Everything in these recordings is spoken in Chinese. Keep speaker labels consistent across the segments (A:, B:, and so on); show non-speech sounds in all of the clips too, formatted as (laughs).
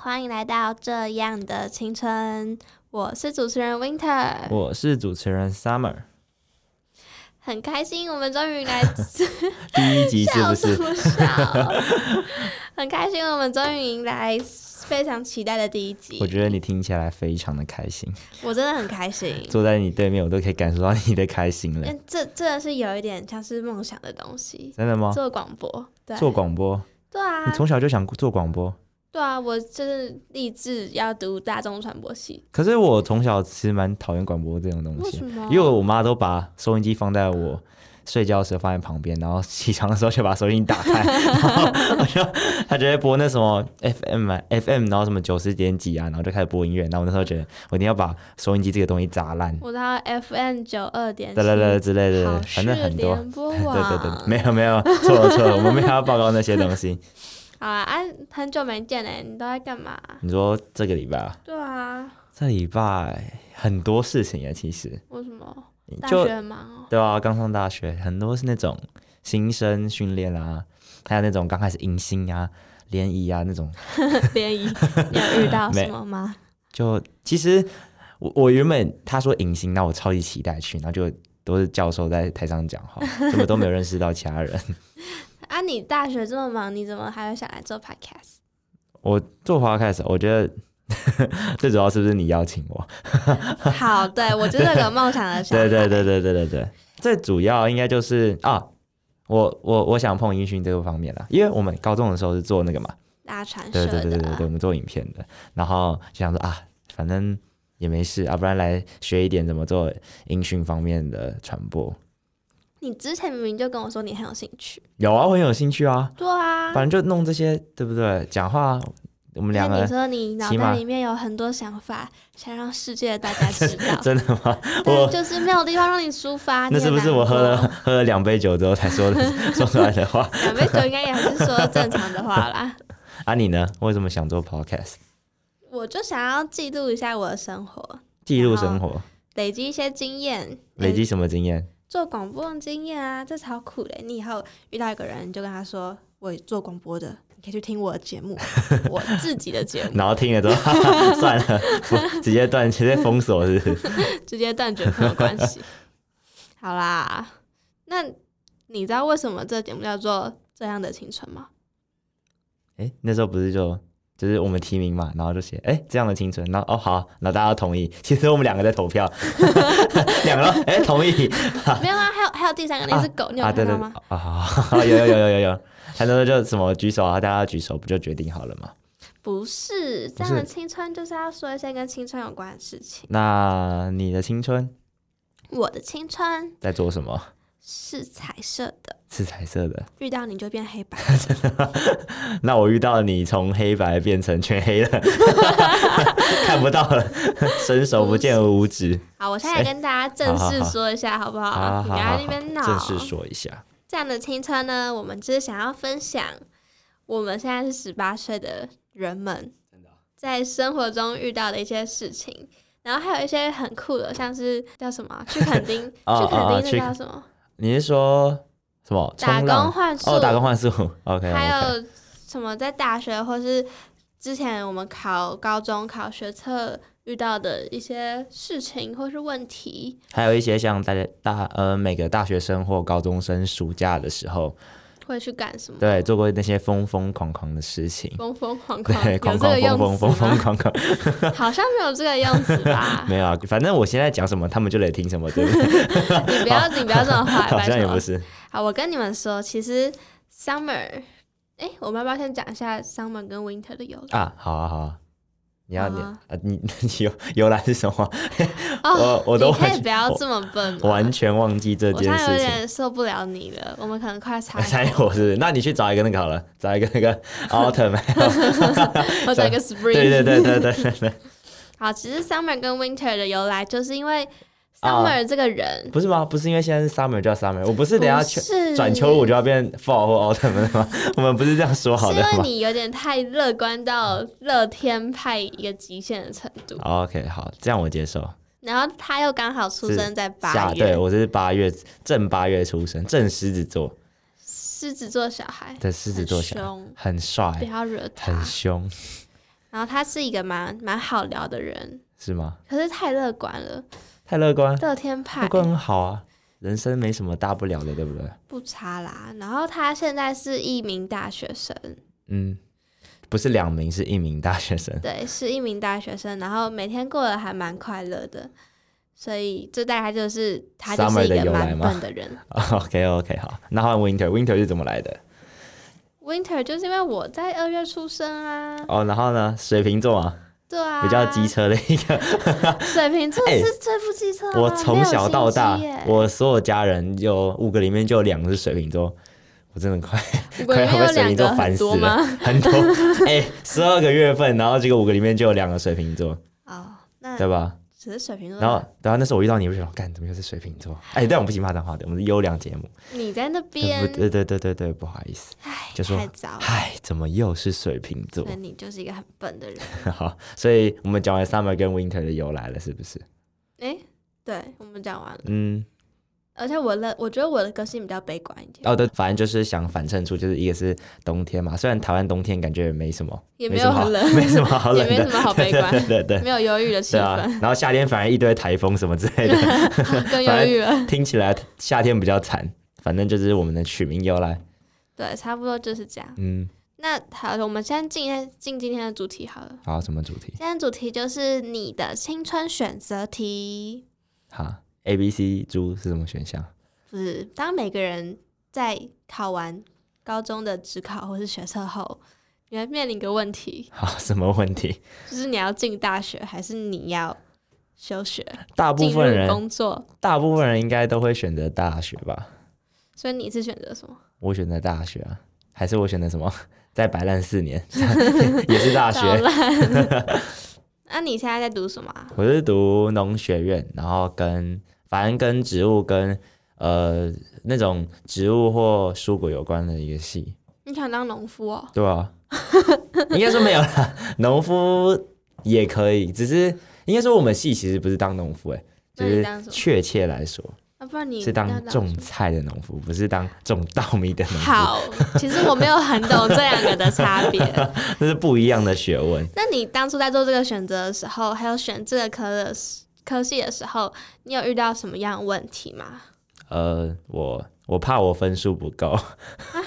A: 欢迎来到《这样的青春》，我是主持人 Winter，
B: 我是主持人 Summer，
A: 很开心我们终于来 (laughs)
B: 第一集是
A: 笑
B: 不
A: 什
B: 是？
A: 么笑？很开心我们终于迎来非常期待的第一集
B: 我，觉得你听起来非常的开心，
A: 我真的很开心。
B: 坐在你对面，我都可以感受到你的开心了。
A: 但这真的是有一点像是梦想的东西，
B: 真的吗？
A: 做广播，对，
B: 哦做广播，
A: 对啊
B: 你，从小就想做广播？
A: 对啊，我就是立志要读大众传播系，
B: 可是我从小其实蛮讨厌广播这种东
A: 为
B: 西
A: 什，么？
B: 因为我妈都把收音机放在我睡觉的时候放在旁边，然后起床的时候就把收音机
A: (laughs)
B: 打开，然后我就她就会播那什么 FM 啊 FM，然后什么九十点几啊，然后就开始播音乐。然后我那时候觉得我一定要把收音机这个东西砸烂，
A: 我到 FM 九二点
B: 哒啦啦啦之类的
A: 好，事
B: 反正很多。
A: 联播
B: (laughs) 对
A: 网，
B: 对对，没有没有，错了错了，我们没有要报告那些东西。
A: 好啊，啊，很久没见嘞，你都在干嘛？
B: 你说这个礼拜啊，
A: 对啊，
B: 这礼拜很多事情耶，其实
A: 为什么？大
B: 就
A: 学很忙哦。
B: 对啊，刚上大学，很多是那种新生训练啊，还有那种刚开始迎新啊、联谊啊那种，
A: 联谊，你有遇到什
B: 没
A: 么吗？
B: 就其实我我原本他说迎新，那我超级期待去，然后就都是教授在台上讲话，根本都没有认识到其他人。
A: (laughs)
B: (laughs)
A: 啊，你大学这么忙，你怎么还会想来做 podcast？
B: 我做花开始，我觉得 (laughs) 最主要是不是你邀请我？
A: (laughs) 好，对我就是有个梦想的小孩。
B: (laughs) 对对对对对对对，最主要应该就是啊，我我我想碰音讯这个方面了，因为我们高中的时候是做那个嘛，
A: 大传社
B: 对对
A: 的，
B: 对对对对，我们做影片的，然后就想说啊，反正也没事啊，不然来学一点怎么做音讯方面的传播。
A: 你之前明明就跟我说你很有兴趣。
B: 有啊，我很有兴趣啊，
A: 对啊，
B: 反正就弄这些，对不对？讲话，我们
A: 那
B: 两
A: 你
B: 个
A: 说你脑
B: 起码
A: 袋里面有很多想法，想让世界的大
B: (laughs)
A: 家知道，
B: 真的
A: (laughs)
B: 吗？
A: 但
B: 我
A: 就是没有地方让你抒发。
B: 那
A: 啊你
B: 是不
A: 很
B: 是
A: 难
B: 我喝
A: 过
B: 了喝了两杯酒之后才
A: (laughs)
B: 说的说出来的话？
A: 两杯酒应该也还是说正常的话啦。
B: 啊，你呢？为什么想做 podcast
A: 我就想要记录一下我的生活，
B: 记录生活？
A: 累积一些经验，
B: 累积
A: 嗯
B: 什么经验？ (laughs)
A: 做广播的经验啊，这超酷的。你以后遇到一个人，你就跟他说：“我也做广播的，你可以去听我的节目，我自己的节
B: (laughs)
A: 目，
B: 然后听了之后，哈哈算了， (laughs) 不直接断，直接封锁是不是？ (laughs)
A: 直接断绝朋友关系。” (laughs) 好啦，那你知道为什么这节目叫做《这样的青春》吗？
B: 哎、那时候不是就就是我们提名嘛，然后就写哎、诶这样的青春，然后哦好，然后大家都同意。 (laughs) 其实我们两个在投票， (laughs) 两个哎、诶同意
A: 没有啊，还有还有第三个那只狗，你有
B: 啊，
A: 看
B: 对对
A: 到
B: 对
A: 吗？
B: 啊，好 (laughs) 有有有有有有，他那时候就什么举手啊，大家举手不就决定好了嘛？
A: 不是，《这
B: 不是
A: 样的青春》就是要说一些跟青春有关的事情。
B: 那你的青春
A: 我的青春
B: 在做什么？
A: 是彩色的，
B: 是彩色的。
A: 遇到你就变黑
B: (laughs)
A: 白。
B: 那我遇到你从黑白变成全黑了， (laughs) 看不到了， (laughs) 伸手不见五指。
A: 好，我现在跟大家正式说一下，好不好？
B: 好好
A: 你不
B: 好好
A: 要
B: 好
A: 在那边闹。
B: 正式说一下，
A: 这样的青春呢，我们就是想要分享，我们现在是十八岁的人们，
B: 啊
A: 在生活中遇到的一些事情。然后还有一些很酷的，像是叫什
B: (laughs)
A: 么啊去垦丁，
B: 哦
A: 去垦
B: 哦哦
A: 丁
B: 去
A: 那叫什么？
B: 你是说什么？
A: 打
B: 冲
A: 工
B: 浪？
A: 换宿，
B: 哦，打工换宿。OK， (laughs) 哦
A: 还有什么在大学或是之前我们考高中考学测遇到的一些事情或是问题，
B: 还有一些像大家大呃每个大学生或高中生暑假的时候，
A: 会去干什么？
B: 对，做过那些疯疯狂狂的事情。
A: 疯疯狂狂，
B: 对，
A: (laughs) 有
B: 狂
A: 这
B: 狂
A: 个用
B: 疯疯
A: 词
B: 疯疯
A: 吗？
B: 狂 (laughs) 狂，
A: 好像没有这个用词
B: (laughs)
A: 吧？
B: 没有啊，反正我现在讲什么，他们就得听什
A: (laughs)
B: 么，(laughs) 对不对？
A: 你不要，你不要这么坏，
B: (laughs) 好
A: 拜
B: 像也
A: 托
B: 不。是，
A: 好，我跟你们说，其实 summer，哎，我们要不要先讲一下 summer 跟 winter 的由来？
B: 啊，好啊，好啊，你要你
A: 啊
B: 啊，你 (laughs) 你由由来是什么？
A: 哦，
B: 啊我我都
A: 你可
B: 完
A: 以不要
B: 我
A: 这么笨吗？
B: 完全忘记这
A: 我
B: 件
A: 现在有
B: 事情。
A: 点受不了你了，我们可能快
B: (laughs)
A: 拆
B: 猜哎我是不是，那你去找一个那个好了，找一个
A: (laughs)
B: 那个奥特曼。
A: 我找一个 spring。
B: 对对对对对对对，
A: 好，其实 summer 跟 winter 的由来，就是因为 summer 这个人、
B: 不是吗？不是因为现在是 summer 叫 summer，我不啊是等一下去
A: 是
B: 转秋我就要变 fall 或 autumn 了吗？ (laughs) 我们不是这样说好
A: 是
B: 的
A: 因为
B: 吗
A: 你有点太乐观到乐天派一个极限的程度，
B: 哦？OK，好，这样我接受。
A: 然后他又刚好出生在八
B: 下对
A: 月，
B: 我是八月正八月出生，正狮子座
A: 狮子座小孩
B: 的狮子座小孩
A: 很凶
B: 很
A: 不
B: 帅，
A: 要惹
B: 很
A: 他。
B: 凶，
A: 然后他是一个蛮蛮好聊的人，
B: 是吗？
A: 可是太乐观了，
B: 太乐观，
A: 乐天派
B: 乐观很好啊，人生没什么大不了的，对不对？
A: 不差啦。然后他现在是一名大学生，
B: 嗯，不是两名，是一名大学生。
A: 对，是一名大学生，然后每天过得还蛮快乐的，所以这大概就是他就
B: Summer
A: 是一
B: 的
A: 个
B: 由来
A: 蛮
B: 吗
A: 笨的人。
B: (laughs) OK OK，好，那换 Winter，Winter 是怎么来的？
A: Winter 就是因为我在二月出生啊，
B: 哦，然后呢，水瓶座啊，
A: 对啊，
B: 比较机车的一个。
A: 水瓶座
B: 哎
A: 是最不机车啊、
B: 我从小到大
A: 没有心机耶，
B: 我所有家人有五个里面就有两个是水瓶座，我真的快
A: 我
B: 快
A: 们
B: 要
A: 有
B: 被水
A: 两
B: 瓶座
A: 个
B: 烦
A: 很
B: 死
A: 多
B: 了
A: 吗？，
B: 很多。 (laughs) 哎，十二个月份，然后结果五个里面就有两个水瓶座，
A: 哦，那
B: 对吧？
A: 只是水瓶座。
B: 然后，然后那时候我遇到你，我就想，干，怎么又是水瓶座？哎，但我们不行骂脏话的，我们是优良节目。
A: 你在那
B: 对
A: 边
B: 嗯不，对对对对对，不好意思。
A: 唉，
B: 就说
A: 太早
B: (laughs)
A: 了，
B: 嗨，怎么又是水瓶座
A: 那？你就是一个很笨 (laughs) 的人。
B: (laughs) 好，所以我们讲完 summer 跟 winter 的由来了，是不是？
A: 哎，对我们讲完了，
B: 嗯，
A: 而且我的我觉得我的个性比较悲观一点，
B: 哦对，反正就是想反衬出，就是一个是冬天嘛，虽然台湾冬天感觉也没什么，
A: 也
B: 没
A: 没
B: 什
A: 有
B: 么好
A: 很
B: (laughs)
A: 冷，
B: 没什么好冷
A: 也没
B: 的，
A: 什么好悲
B: 对
A: 观
B: 对，对对对
A: 没有忧郁的气
B: 对啊
A: 氛，。
B: 然后夏天反而一堆台风什么之类的，
A: (laughs)
B: (laughs)
A: 更忧郁了。
B: 听起来夏天比较惨。反正就是我们的取名由来，
A: 对，差不多就是这样。
B: 嗯，
A: 那好，我们先进一下进今天的主题好了。
B: 好，什么主题？
A: 今天的主题就是你的青春选择题，
B: 好，A、B、C、猪是什么选项？
A: 不是当每个人在考完高中的职考或是学测后，你会面临一个问题，
B: 好，什么问题？
A: 就是你要进大学还是你要休学、
B: 大部
A: 进
B: 分
A: 入
B: 人，
A: 工作？
B: 大部分人应该都会选择大学吧？
A: 所以你是选择什么？
B: 我选择大学啊，还是我选择什么？在摆烂四年，也是大
A: 早
B: 学。
A: 烂。
B: (laughs)
A: (laughs) 那你现在在读什么、啊？
B: 我是读农学院，然后跟反正跟植物跟呃那种植物或蔬果有关的一个系，
A: 你想当农夫哦？
B: 对啊， (laughs) 应该说没有啦，农夫也可以，只是应该说我们系其实不是当农夫、欸，就
A: 那你
B: 是
A: 当什么
B: 确切来说
A: 啊，不然你
B: 是
A: 要
B: 当种
A: 什么
B: 菜的农夫，不是当种稻米的农夫，
A: 好，其实我没有很懂这两个的差别。 (laughs)
B: 这是不一样的学问。
A: 那你当初在做这个选择的时候，还有选这个科的时科系的时候，你有遇到什么样的问题吗？
B: 呃，我我怕我分数不够。
A: 啊，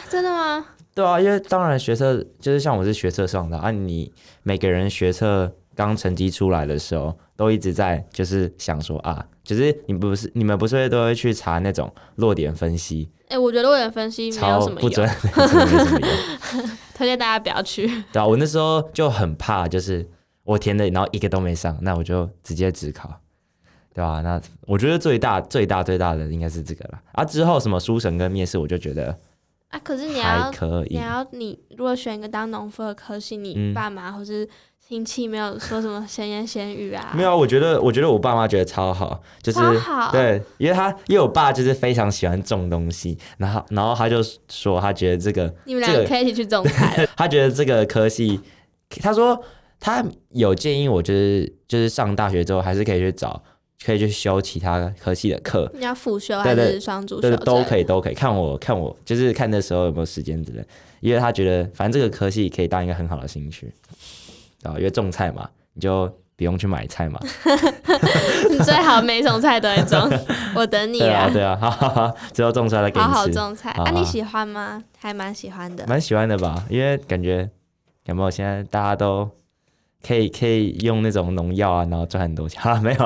A: 真的吗？
B: 对啊，因为当然学测就是像我是学测上的啊，你每个人学测刚成绩出来的时候，都一直在就是想说啊，就是你不是你们不是会都会去查那种落点分析，
A: 哎、我觉得我的分析没有
B: 超
A: 什么
B: 不准 (laughs)
A: 用，，
B: 真的没什么用。
A: 推荐大家不要去。
B: 对啊，我那时候就很怕，就是我填的，然后一个都没上，那我就直接只考，对吧、那我觉得最大最大最大的应该是这个了啊。之后什么书审跟面试，我就觉得
A: (laughs) 啊，可是你
B: 还
A: 要，
B: 可以
A: 你。要你如果选一个当农夫的科系，你
B: 嗯
A: 爸妈或是亲戚没有说什么闲言闲语啊？
B: 没有，啊，我觉得我觉得我爸妈觉得超好，就是
A: 超好
B: 对，因为他因为我爸就是非常喜欢种东西，然后然后他就说他觉得这个 (laughs)
A: 你们
B: 这
A: 两个
B: 个
A: 可以一起去种
B: (laughs)
A: 菜。
B: 他觉得这个科系，他说他有建议我，就是就是上大学之后还是可以去找，可以去修其他科系的课，
A: 你要辅修还
B: 对对
A: 是双主
B: 对
A: 修？
B: 对，都可以，。都可以。看我看我就是看那时候有没有时间之类，因为他觉得反正这个科系可以当一个很好的兴趣，啊，因为种菜嘛，你就不用去买
A: (laughs)
B: 菜嘛，
A: 你 (laughs) 最好每种菜都会
B: (laughs)
A: 种，我等你
B: 对啊对啊， (laughs) 哈哈哈，之后种出来再给你
A: 好好
B: 吃，
A: 种菜
B: 好
A: 啊！你
B: 好
A: 喜欢吗？还蛮喜欢的。
B: 蛮喜欢的吧？因为感觉有没有现在大家都可以可以用那种农药啊，然后赚很多钱 (laughs) 啊？没有，没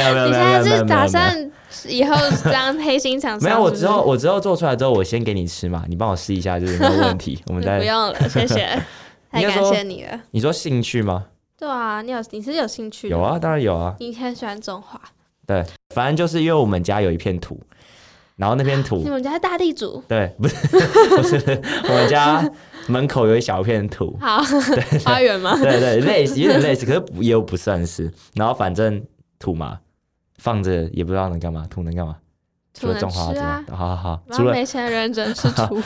B: 有没有
A: 你现在
B: 没有没有没有
A: 是
B: 没有
A: 打
B: 没有。
A: 算以后当黑心厂商？
B: 没有，我
A: 是不
B: 之
A: 是
B: 后我之后做出来之后，我先给你吃嘛，你帮我试一下，就是有没有问题。 (laughs) 我们
A: 就不
B: 再
A: 用了，谢
B: (laughs)
A: 谢，太
B: 应该
A: 感
B: 说
A: 谢你了。
B: 你说兴趣吗？
A: 对啊，你有你是有兴趣的
B: 有，啊，当然有啊。
A: 你很喜欢种花，
B: 对，反正就是因为我们家有一片土，然后那片
A: 你
B: (laughs) 土，
A: 们家是大地主。
B: 对，不是 (laughs) 不是， (laughs) 我们家门口有一小片土，
A: 好， (laughs) 花园吗？
B: 对对，类似有点类似，可是不也不算是。然后反正土嘛，放着也不知道能干嘛，土能干嘛？除
A: 土
B: 了
A: 能
B: 种花
A: 吃
B: 之
A: 啊
B: 外，，好好好，
A: 然
B: 除
A: 后
B: 了
A: 没钱人只能
B: (laughs)
A: 吃土，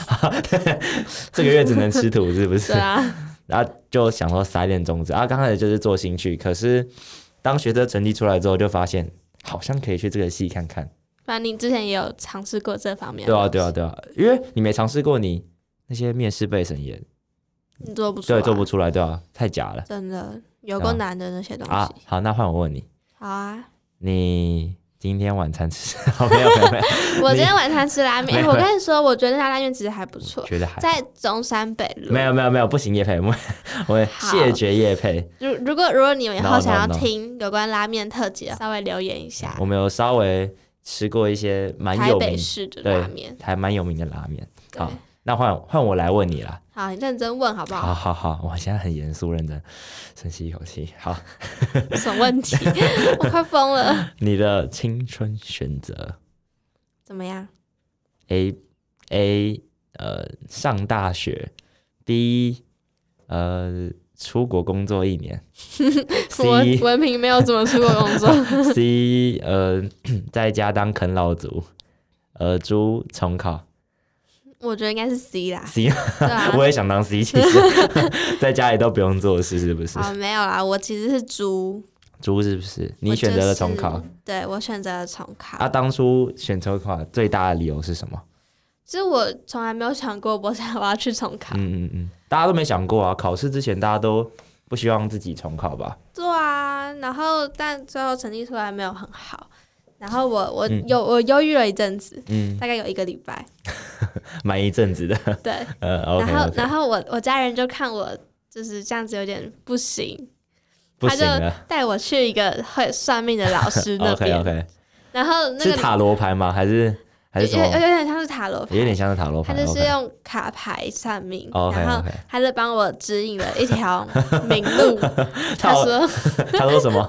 B: 这个月只能吃土，是不是
A: (laughs) 对？啊，
B: 然后就想说撒一点种子啊，刚开始就是做兴趣，可是当学车成绩出来之后，就发现好像可以去这个系看看。
A: 反正你之前也有尝试过这方面。
B: 啊对啊，对啊，，对啊，因为你没尝试过你，那些面试备审也
A: 你做不出来，
B: 对，做不出来，对啊，太假了
A: 真的有够
B: 啊
A: 难的那些东西。
B: 啊！好，那换我问你，
A: 好啊，
B: 你今天晚餐吃？好， (laughs) 没有没有没有，
A: 我今天晚餐吃拉面，
B: (laughs) 没
A: 哎
B: 有
A: 我跟你说，我觉得那家拉面其实还不错，
B: 觉得还
A: 在中山北路。
B: 没有没有没有，不行，叶佩，我们我们
A: 好
B: 谢绝叶佩。
A: 如如果如果你们以
B: No,
A: 后
B: no,
A: 想要
B: no.
A: 听有关拉面特辑的，稍微留言一下
B: 我们有稍微吃过一些蛮
A: 台
B: 有名
A: 北，市的
B: 对
A: 拉面。
B: 还蛮有名的拉面。
A: 对
B: 好，那换换我来问你啦。
A: 好，你认真问好不
B: 好
A: 好？
B: 好好，我现在很严肃认真，深吸一口气。好，
A: 什么问
B: (laughs)
A: 题？我快疯了。
B: 你的青春选择
A: 怎么样？
B: A A 呃上大学，B 呃出国工作一
A: (laughs)
B: 年
A: 文
B: ，C
A: 文凭没有怎么出过工
B: (laughs)
A: 作，
B: C 呃 (clears throat) 在家当啃老族，呃猪重考。
A: 我觉得应该是 C 啦
B: C
A: 对啊，
B: (laughs) 我也想当 C，其实 (laughs) 在家里都不用做事，是不是？
A: 好啊没有啦，我其实是猪。
B: 猪是不是？你
A: 我
B: 选
A: 就
B: 择了重
A: 是
B: 考、
A: 对我选择了重考。
B: 啊？当初选重考最大的理由是什么？
A: 其实我从来没有想过，我想我要去重考。
B: 嗯嗯嗯，大家都没想过啊，考试之前大家都不希望自己重考吧？
A: 对啊，然后但最后成绩出来没有很好，然后我我
B: 嗯
A: 有、我忧郁了一阵子，
B: 嗯，
A: 大概有一个礼
B: (laughs)
A: 拜。
B: 蛮一阵子的。 (laughs)
A: 对，
B: 呃
A: 然
B: ，OK
A: 后
B: OK，
A: 然后我我家人就看我就是这样子有点不行，
B: 不
A: 他就
B: 行了。
A: 带我去一个会算命的老师
B: (laughs)
A: 那
B: OK
A: 边，
B: OK，
A: 然后那
B: 是
A: 个
B: 塔罗牌吗？还是还
A: 有
B: 是
A: 有
B: 什
A: 有
B: 么？
A: 点像是塔罗牌，
B: 有点像是塔罗
A: 他
B: 牌。
A: 就是
B: OK 哦
A: 用卡牌算命
B: OK
A: 然后
B: OK，
A: 他就帮我指引了一条明
B: (laughs)
A: 路。他
B: 他
A: 说
B: 他说什么？：“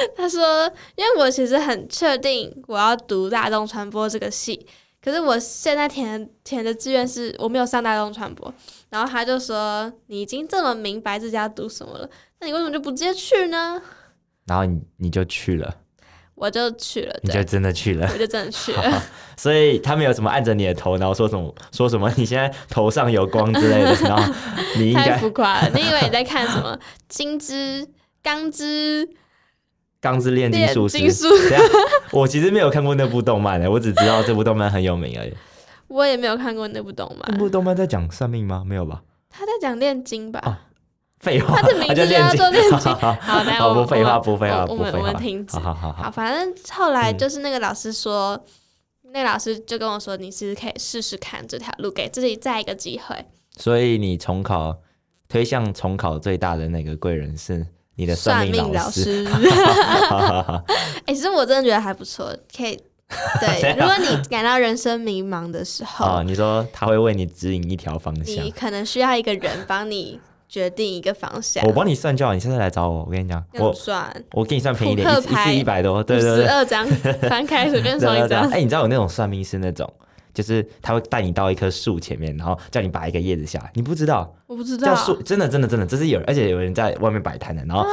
B: (laughs)
A: 他说，因为我其实很确定我要读大众传播这个系，可是我现在填填的志愿是我没有上大众传播。”然后他就说：“你已经这么明白自己要读什么了，那你为什么就不直接去呢
B: 然后你你就去了，？”
A: 我就去了，
B: 你就
A: 对，
B: 真的去了。
A: 我就真的去
B: 好
A: 了。
B: 所以他们有什么按着你的头，然后说什么说什么你现在头上有光之类的，然后你应
A: 太
B: 该
A: 浮夸了！你以为你在看什
B: (laughs)
A: 么《金枝钢之
B: 钢之炼金
A: 炼
B: 术师。
A: 金术》？
B: 对啊，我其实没有看过那部动漫的，我只知道这部动漫很
A: (laughs)
B: 有名而已。
A: 我也没有看过那部动
B: 那
A: 漫，
B: 部动漫在讲算命吗？没有
A: (laughs)
B: 吧？
A: 他在讲炼金吧？
B: 哦废话，
A: 它的名字
B: 它
A: 就叫做炼金
B: (laughs) 好好
A: 好，来，
B: 好
A: 我们
B: 哦不废话，
A: 我们
B: 不废话，
A: 我
B: 不
A: 们
B: 废
A: 我
B: 话
A: 们停。止
B: 好。好好好，嗯
A: 好，反正后来就是那个老师说，那个老师就跟我说，你其实可以试试看这条路，给自己再一个机会。
B: 所以你重考推向重考最大的那个贵人是你的
A: 算
B: 命
A: 命老
B: 师。
A: 师，
B: 好好 (laughs) 好，
A: 哎，其实我真的觉得还不错，可以。
B: (laughs)
A: 对，
B: 啊
A: 如果你感到人生迷茫的时
B: 好，
A: 候，
B: 啊你说他会为你指引一条方向
A: 你。可能需要一个人帮你决定一个方向
B: 我。帮你算就好，你现在来找我，我跟你讲，
A: 那
B: 我
A: 种算
B: 我给你算便宜一点，
A: 扑克
B: 一次一
A: 牌
B: 次一百多，
A: 五
B: 对对
A: 十
B: 对，
A: 二张，翻开随便
B: 对
A: 抽
B: 对
A: 一
B: 对。 (laughs)
A: 张。
B: 哎，你知道有那种算命是那种，就是他会带你到一棵树前面，然后叫你拔一个叶子下来，你不知道，
A: 我不知道
B: 叫，树，真的真的真的，这是有人，而且有人在外面摆摊的，
A: (laughs)
B: 然后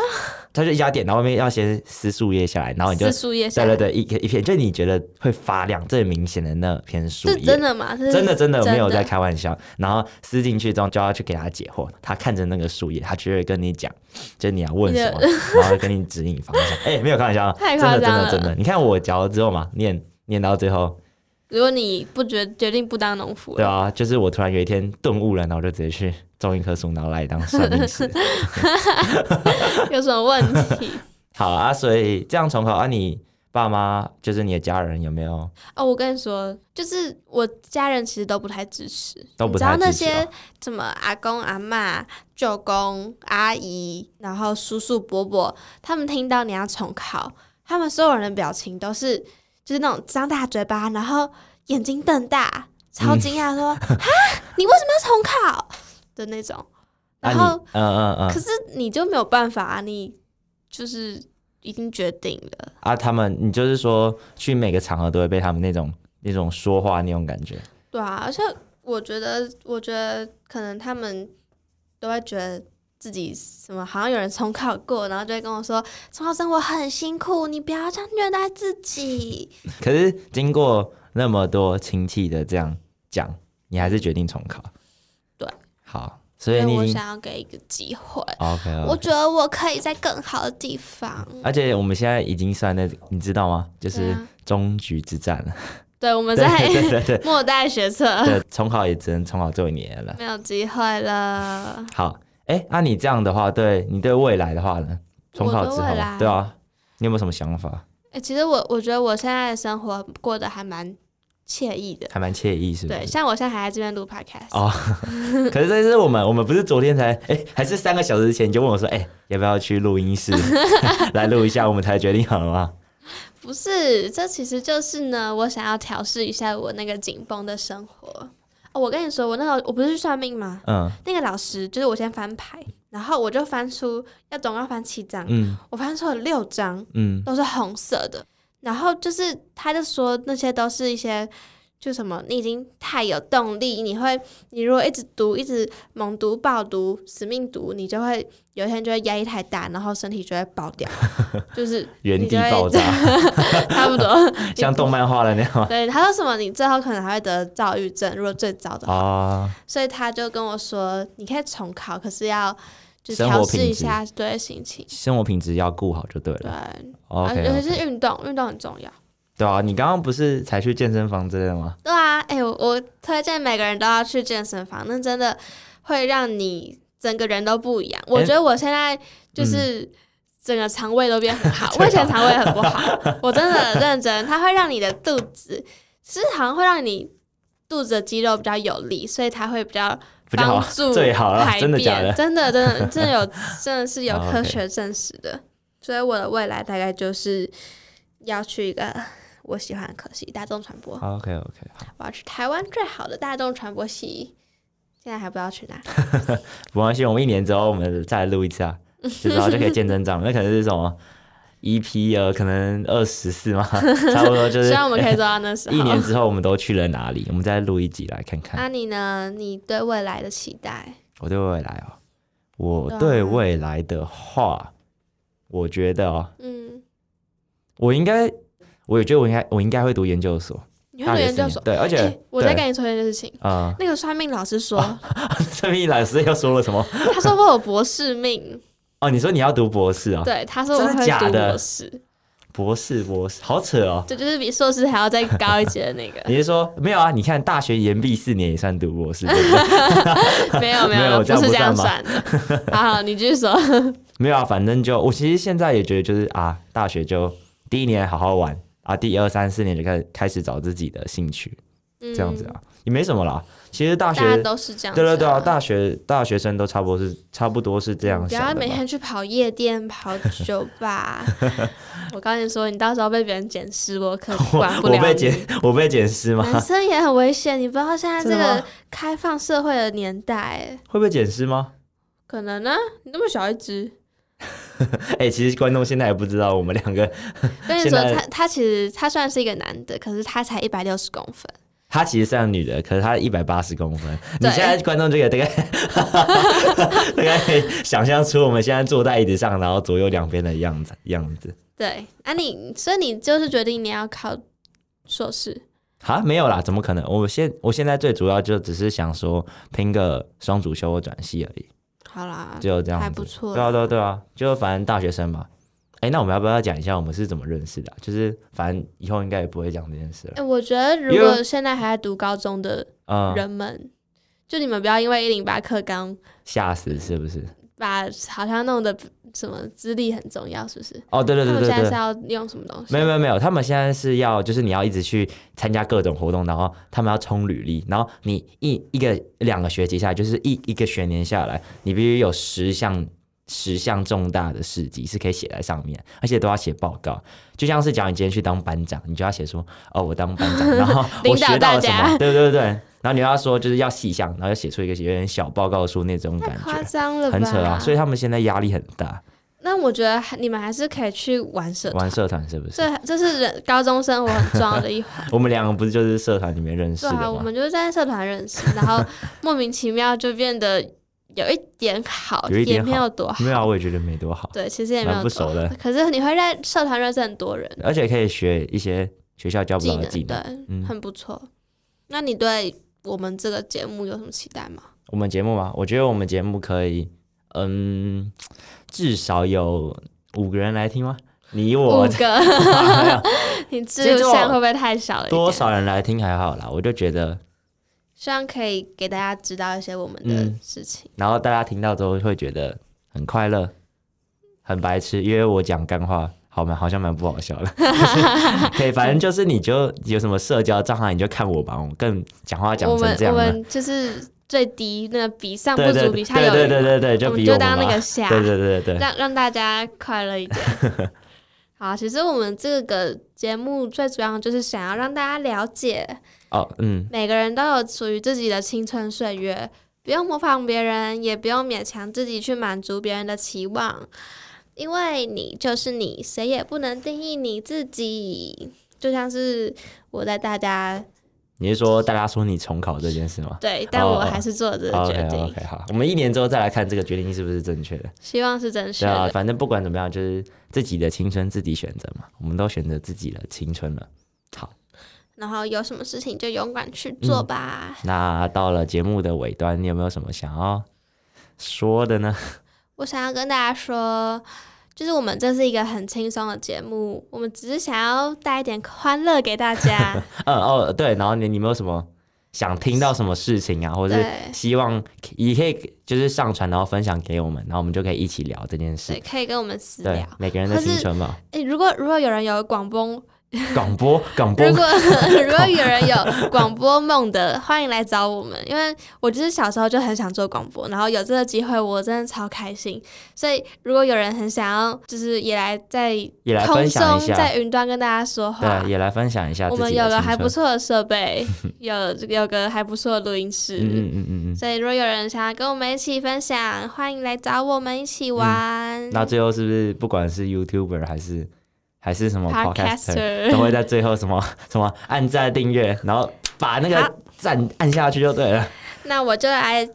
B: 他就一家店，然后外面要先撕树叶下来，然后啊你就
A: 四树叶下
B: 对
A: 来
B: 对对，一个一片，就你觉得会发亮最明显的那片树
A: 是
B: 叶，
A: 真的吗？这是
B: 真的真的
A: 真的
B: 没有在开玩笑。然后撕进去之后就要去给他解惑，他看着那个树叶，他就会跟你讲，就是你要问什么， (laughs) 然后跟你指引方向。哎、没有开玩笑，
A: (laughs) 太
B: 真
A: 夸
B: 的真
A: 张了
B: 的真的。你看我嚼了之后嘛，念念到最后，
A: 如果你不决决定不当农夫
B: 对啊，就是我突然有一天顿悟了，然后我就直接去种一棵树，然后来当算命
A: (laughs)
B: 师。
A: 有什么问题？
B: 好啊，所以这样重考啊，你爸妈就是你的家人有没有？
A: 哦，我跟你说，就是我家人其实都不太支持，
B: 都不太
A: 你知道那
B: 支持哦
A: 些什么阿公阿嬷、舅公阿姨，然后叔叔伯伯，他们听到你要重考，他们所有人的表情都是就是那种张大嘴巴，然后眼睛瞪大，
B: 嗯
A: 超惊讶说：“哈、你为什么要重考？”的那种。
B: 啊
A: 然
B: 你，
A: 后
B: 嗯嗯
A: 可
B: 嗯，
A: 是你就没有办法、啊，你就是已经决定了。
B: 啊，他们，你就是说去每个场合都会被他们那种那种说话那种感觉，
A: 对啊，而且我觉得，我觉得可能他们都会觉得自己什么好像有人重考过，然后就会跟我说，重考生活很辛苦，你不要这样虐待自己。
B: 可是经过那么多亲戚的这样讲，你还是决定重考。
A: 对，
B: 好，所以
A: 因为
B: 你呃
A: 我
B: 已经
A: 想要给一个机会，
B: OK，, o
A: 我觉得我可以在更好的地方。
B: 而且我们现在已经算那，你知道吗？就
A: 对
B: 是
A: 啊
B: 终局之战了。
A: 对，我们
B: 对对对
A: 在
B: 对对
A: (laughs) 末代学测，
B: 对，重考也只能重考最后一年了。
A: 没有机会了。
B: 好，哎，那、你这样的话，对你对未来的话呢？重考之
A: 我
B: 后
A: 对未，来
B: 对啊，你有没有什么想法？
A: 哎、其实我我觉得我现在的生活过得还蛮惬意的。
B: 还蛮惬意，是不
A: 对，
B: 是？
A: 像我现在还在这边录 podcast，、
B: 哦 (laughs) 可是这是我们，我们不是昨天才，哎、还是三个小时前你就问我说，哎、要不要去录
A: (laughs)
B: 音室来录一下？我们才决定好了吗？
A: 不是，这其实就是呢，我想要调试一下我那个紧绷的生活。哦，我跟你说，我那时候我不是去算命吗？
B: 嗯
A: 那个老师就是我先翻牌，然后我就翻出要总要翻七张，
B: 嗯
A: 我翻出了六张
B: 嗯
A: 都是红色的，然后就是他就说那些都是一些就什么，你已经太有动力，你会你如果一直读一直猛读暴读死命读，你就会有一天就会压力太大，然后身体就会爆掉，就是
B: 原
A: 你就
B: 地
A: 会
B: 爆炸 (laughs)
A: 差不多。
B: 像动漫画的那样 (laughs)
A: (laughs)
B: 吗？
A: 对，他说什么你最后可能还会得躁郁症，如果最早的话，
B: 啊，
A: 所以他就跟我说你可以重考，可是要就
B: 生活
A: 调试
B: 品
A: 一
B: 质
A: 下对心情，
B: 生活品质要顾好就对
A: 对
B: 了。
A: 啊
B: OK，,
A: 尤其是运动，运动很重要。
B: 对啊，你刚刚不是才去健身房之类的吗？
A: 对啊，哎、我我推荐每个人都要去健身房，那真的会让你整个人都不一样。
B: 哎
A: 我觉得我现在
B: 嗯
A: 就是整个肠胃都变很
B: (laughs)
A: 好，我以前肠胃很不好，我真的很认真，它会让你的肚子，其实好像会让你肚子的肌肉比较有力，所以它会比较
B: 比较好
A: 帮助
B: 最好啦
A: 排便。
B: 真的假
A: (laughs)
B: 的哦
A: 真的真的真的
B: (laughs)
A: 有真的是有
B: 好，OK
A: 科学证实的。所以我的未来大概就是要去一个我喜欢的科系，大众传播。
B: OK OK，好，
A: 我要去台湾最好的大众传播系，现在还不知道去哪。
B: 没关系，我们一年之后我们再来录一次啊，就然后就可以见真章了。那可能是什么 EP 呃，可能二十
A: (laughs)
B: 四嘛，差不多就
A: 希
B: 是
A: 望我们可以做到那时
B: 呃 (laughs) 一年
A: 候。
B: 之后我们都去了哪里，我们再录一集来看看。
A: 那你呢？你对未来的期待？
B: 我对未来哦，我
A: 对
B: 对
A: 啊
B: 未来的话，我觉得哦，
A: 嗯，
B: 我应该，我觉得我应该，我应该会读研究所，
A: 你会读研究
B: 大学四
A: 所
B: 年？对，而且、
A: 哎我在
B: 对哦
A: 跟你说一件事情。
B: 啊， (laughs)
A: 那个算命老师说，
B: 这边老师又说了什么？
A: 他说我有博士命，
B: 哦，你说你要读博士 (laughs) 哦？
A: 对，他说我
B: 真的
A: 会
B: 假
A: 读
B: 的
A: 博士，
B: 博士，博士，好扯哦。
A: 这就是比硕士还要再高一级的那
B: (laughs)
A: 个。
B: 你是说没有啊？你看大学延毕四年也算读博士，对不
A: (laughs)
B: 对
A: 没有
B: 没有
A: 有，
B: 这
A: 不
B: 样
A: 是
B: 不
A: 这样算
B: 算
A: 的。好好，你继续 (laughs) 说。
B: 没有啊，反正就我其实现在也觉得就是啊，大学就第一年好好玩啊，第二三四年就开始开始找自己的兴趣，
A: 这
B: 这样子啊，也没什么啦。其实大
A: 嗯大家
B: 学
A: 都是这样子
B: 对
A: 啊。
B: 对对啊，大学大学生都差不多是差不多是这样
A: 不要
B: 想的
A: 啊每
B: 吧。
A: 天去跑夜店、跑酒
B: (laughs)
A: 吧。我跟你说，你到时候被别人捡尸，我
B: (laughs)
A: 可管不
B: 我
A: 了
B: 被
A: 你。
B: 检 (laughs) 我被检视吗？
A: 男生也很危险，你不知道现在这
B: 真的
A: 个
B: 吗
A: 开放社会的年代，
B: 会被检视吗？
A: 可能呢、你那么小一只，
B: 哎、其实观众现在也不知道我们两个，
A: 跟你
B: 现
A: 说，
B: 在
A: 他他其实他虽然是一个男的，可是他才一百六十公分，
B: 她其实是个女的，可是她一百八十公分。你
A: 对
B: 现在观众这个大概 (laughs) 大概可以想象出我们现在坐在椅子上，然后左右两边的样子样子。
A: 对啊你，所以你就是决定你要考硕士，
B: 哈，没有啦，怎么可能？我现我现在最主要就只是想说拼个双主修或转系而已，
A: 好啦，
B: 只有这样子。
A: 还不错
B: 对啊，
A: 啦，
B: 对啊，对啊，就反正大学生嘛。哎，那我们要不要讲一下我们是怎么认识的啊、就是反正以后应该也不会讲这件事了。
A: 哎、我觉得如
B: 因为
A: 果现在还在读高中的
B: 嗯，
A: 人们，就你们不要因为一零八课纲
B: 吓死是不是？
A: 把好像弄得什么资历很重要，是不是？
B: 哦，对对对
A: 他们现在
B: 对对
A: 是，要用什么东西？
B: 没有没有没有，他们现在是要就是你要一直去参加各种活动，然后他们要冲履历，然后你一一个两个学期下来，就是一一个学年下来，你必须有十项十项重大的事迹是可以写在上面，而且都要写报告。就像是讲你今天去当班长，你就要写说哦，我当
A: (laughs)
B: 班长，然后
A: 领
B: 我
A: 导
B: 学到了什
A: 大家
B: 么，对对对，然后你要说就是要细项，然后要写出一个有点小报告书那种
A: 太
B: 感
A: 夸
B: 觉，
A: 张了吧！
B: 很扯啊。所以他们现在压力很大，
A: 那我觉得还你们还是可以去玩社团
B: 玩，社团是不是？
A: 这这是人高中生活很重要的一环。
B: 我们两个不是就是社团里面认识
A: 对
B: 的
A: 啊，
B: 吗
A: 我？们就是在社团认
B: (laughs)
A: 识，然后莫名其妙就变得有一点好，
B: 有一点
A: 也
B: 好
A: 没有多好。
B: (laughs) 没有啊，我也觉得没多好，
A: 对，其实也没有
B: 蛮
A: 多
B: 不熟的，
A: 可是你会在社团认识很多人，
B: 而且可以学一些学校教不
A: 技
B: 到
A: 能
B: 的技能。
A: 对，
B: 嗯
A: 很不错。那你对我们这个节目有什么期待吗？
B: 我们节目嘛，我觉得我们节目可以，嗯，至少有五个人来听吗？你
A: 五
B: 我
A: 个，(laughs)
B: (laughs)
A: 你植入
B: 其实
A: 项会
B: 我
A: 不会太少了一点？
B: 多少人来听还好啦，我就觉得，
A: 希望可以给大家知道一些我们的
B: 嗯
A: 事情。
B: 然后大家听到之后会觉得很快乐，很白痴，因为我讲干话，好蛮好像蛮不好笑的，
A: (laughs)
B: 对，反正就是你就有什么社交障碍你就看我吧，我更讲话讲
A: 我
B: 成
A: 们
B: 这
A: 我
B: 样了，
A: 们就是最低那个比上不
B: 对对
A: 足，
B: 对
A: 比下有余，
B: 对对对对，就
A: 我们
B: 比
A: 就
B: 我们
A: 当那
B: 吧
A: 个下，
B: 对对对对对，
A: 让让大家快乐一点。
B: (laughs)
A: 好，其实我们这个节目最主要就是想要让大家了解，
B: 哦，嗯，
A: 每个人都有属于自己的青春岁月，不用模仿别人，也不用勉强自己去满足别人的期望，因为你就是你，谁也不能定义你自己。就像是我在大家
B: 你是说大家说你重考这件事吗？
A: 对，但
B: 哦
A: 我还是做了这个决
B: OK
A: 定，
B: OK 好，我们一年之后再来看这个决定是不是正确的。
A: 希望是正确
B: 对啊，
A: 的。
B: 反正不管怎么样，就是自己的青春自己选择嘛，我们都选择自己的青春了。
A: 然后有什么事情就勇敢去做吧。
B: 那到了节目的尾端，你有没有什么想要说的呢？ (laughs)
A: 我想要跟大家说，就是我们这是一个很轻松的节目，我们只是想要带一点欢乐给大
B: (laughs)
A: 家。
B: 嗯哦对，然后你你有没有什么想听到什么事情啊，或者
A: 对
B: 是希望也可以就是上传然后分享给我们，然后我们就可以一起聊这件
A: 对，
B: 事。
A: 可以跟我们私
B: 对
A: 聊。，
B: 每个人的
A: 可是
B: 青春嘛，
A: 诶，如果如果有人有广播，
B: 广播广播
A: 如果如果有人有广播梦的，欢迎来找我们。因为我就是小时候就很想做广播，然后有这个机会，我真的超开心。所以如果有人很想要，就是也来在
B: 也来
A: 空
B: 分享一
A: 中
B: 下，
A: 在云端跟大家说话
B: 对，，也来分享一下自
A: 我
B: 己的
A: 们
B: 青春。
A: 有个还不错的设
B: (laughs)
A: 备，有有个还不错的录音室。
B: 嗯嗯嗯嗯嗯。
A: 所以，如果有人想要跟我们一起分享，欢迎来找我们一起玩。
B: 嗯那最后是不是不管是 YouTuber 还是还是什么 Podcaster，都
A: Podcaster，
B: 会在最后什么 (laughs) 什么按赞订阅，然后把那
A: 好
B: 个赞按下去就对了。
A: (laughs) 那我就来，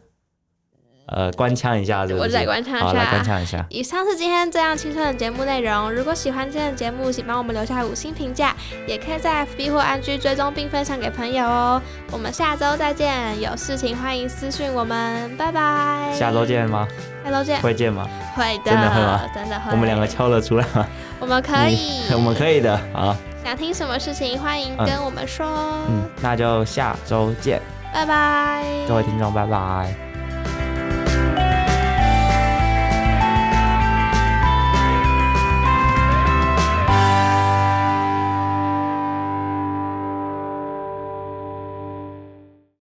B: 呃，官腔一下是不是？
A: 我就来观察
B: 好，
A: 一
B: 来官
A: 下。
B: 腔一下。
A: 以上是今天这样青春的节目内容。如果喜欢今天的节目，请帮我们留下五星评价，也可以在 FB 或 IG 追踪并分享给朋友哦。我们下周再见，有事情欢迎私讯我们，拜拜。
B: 下周，见吗？
A: 下周见，
B: 会见吗？
A: 会的，
B: 真的会吗
A: 真的会。
B: 我们两个敲了出来吗？
A: 我们可以，
B: (laughs) 我们可以嗯的。好，
A: 想听什么事情，欢迎跟我们说。
B: 嗯嗯，那就下周见，
A: 拜拜，
B: 各位听众，拜拜。